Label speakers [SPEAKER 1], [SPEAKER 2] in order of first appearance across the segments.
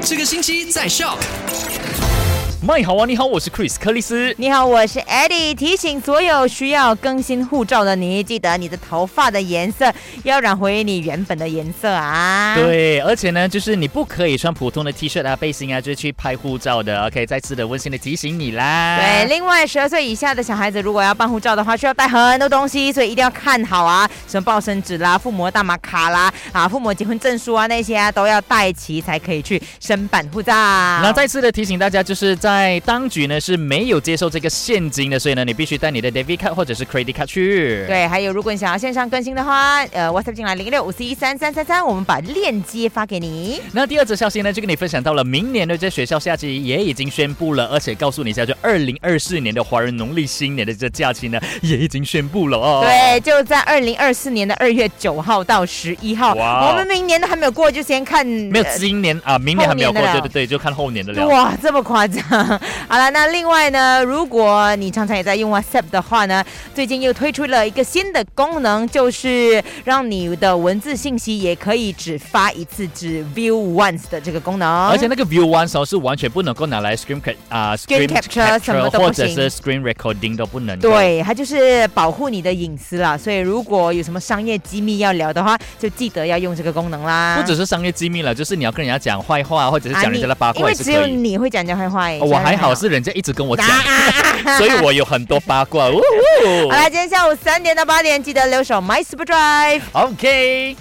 [SPEAKER 1] 这个星期在 Shock。
[SPEAKER 2] 麦好啊，你好，我是 Chris 克里斯。
[SPEAKER 3] 你好，我是 Eddie。提醒所有需要更新护照的你，记得你的头发的颜色要染回你原本的颜色啊。，
[SPEAKER 2] 对，而且呢，就是你不可以穿普通的 T 恤啊、背心啊，就是去拍护照的。OK，再次的温馨的提醒你啦。
[SPEAKER 3] 对，另外十二岁以下的小孩子如果要办护照的话，需要带很多东西，所以一定要看好啊，什么报生纸啦、父母的大马卡啦、啊父母结婚证书啊那些啊都要带齐才可以去申办护照。
[SPEAKER 2] 那再次的提醒大家，就是在当局呢是没有接受这个现金的，所以呢，你必须带你的 debit card 或者是 credit card 去。。
[SPEAKER 3] 对，还有如果你想要线上更新的话，呃，WhatsApp 进来零六五四一三三三三，我们把链接发给你。
[SPEAKER 2] 那第二则消息呢，就跟你分享到了，明年的这学校假期也已经宣布了，而且告诉你一下，就二零二四年的华人农历新年的这假期呢，也已经宣布了哦。
[SPEAKER 3] 对，就在二零二四年的二月九号到十一号，
[SPEAKER 2] 哇哦
[SPEAKER 3] 我们明年都还没有过，就先看
[SPEAKER 2] 没有
[SPEAKER 3] 呃
[SPEAKER 2] 今年啊，明年还没有过，
[SPEAKER 3] 后年的啊
[SPEAKER 2] 对
[SPEAKER 3] 了
[SPEAKER 2] 对对，就看后年的了。
[SPEAKER 3] 哇，这么夸张！ 好了，那另外呢，如果你常常也在用 WhatsApp 的话呢，最近又推出了一个新的功能，就是让你的文字信息也可以只发一次，只 view once 的这个功能。
[SPEAKER 2] 而且那个 View One 时候是完全不能够拿来 Screen Cap 啊
[SPEAKER 3] Screen capture 什么都不行
[SPEAKER 2] 或者是 Screen Recording 都不能够。
[SPEAKER 3] 对，它就是保护你的隐私啦，所以如果有什么商业机密要聊的话，就记得要用这个功能啦。
[SPEAKER 2] 不只是商业机密了，就是你要跟人家讲坏话，或者是
[SPEAKER 3] 啊
[SPEAKER 2] 讲人家的八
[SPEAKER 3] 你因
[SPEAKER 2] 卦
[SPEAKER 3] 为
[SPEAKER 2] 也是
[SPEAKER 3] 只有
[SPEAKER 2] 可以。
[SPEAKER 3] 你会讲人家坏话、欸
[SPEAKER 2] 哦我还好。是人家一直跟我
[SPEAKER 3] 啊
[SPEAKER 2] 讲，
[SPEAKER 3] 啊啊啊
[SPEAKER 2] 所以我有很多八卦。呜呜
[SPEAKER 3] 好啦，今天下午三点到八点，记得留守 My Super Drive。
[SPEAKER 2] OK。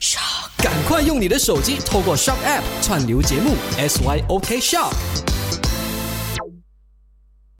[SPEAKER 1] 赶快用你的手机透过 Shock App 串流节目 SYOK Shock。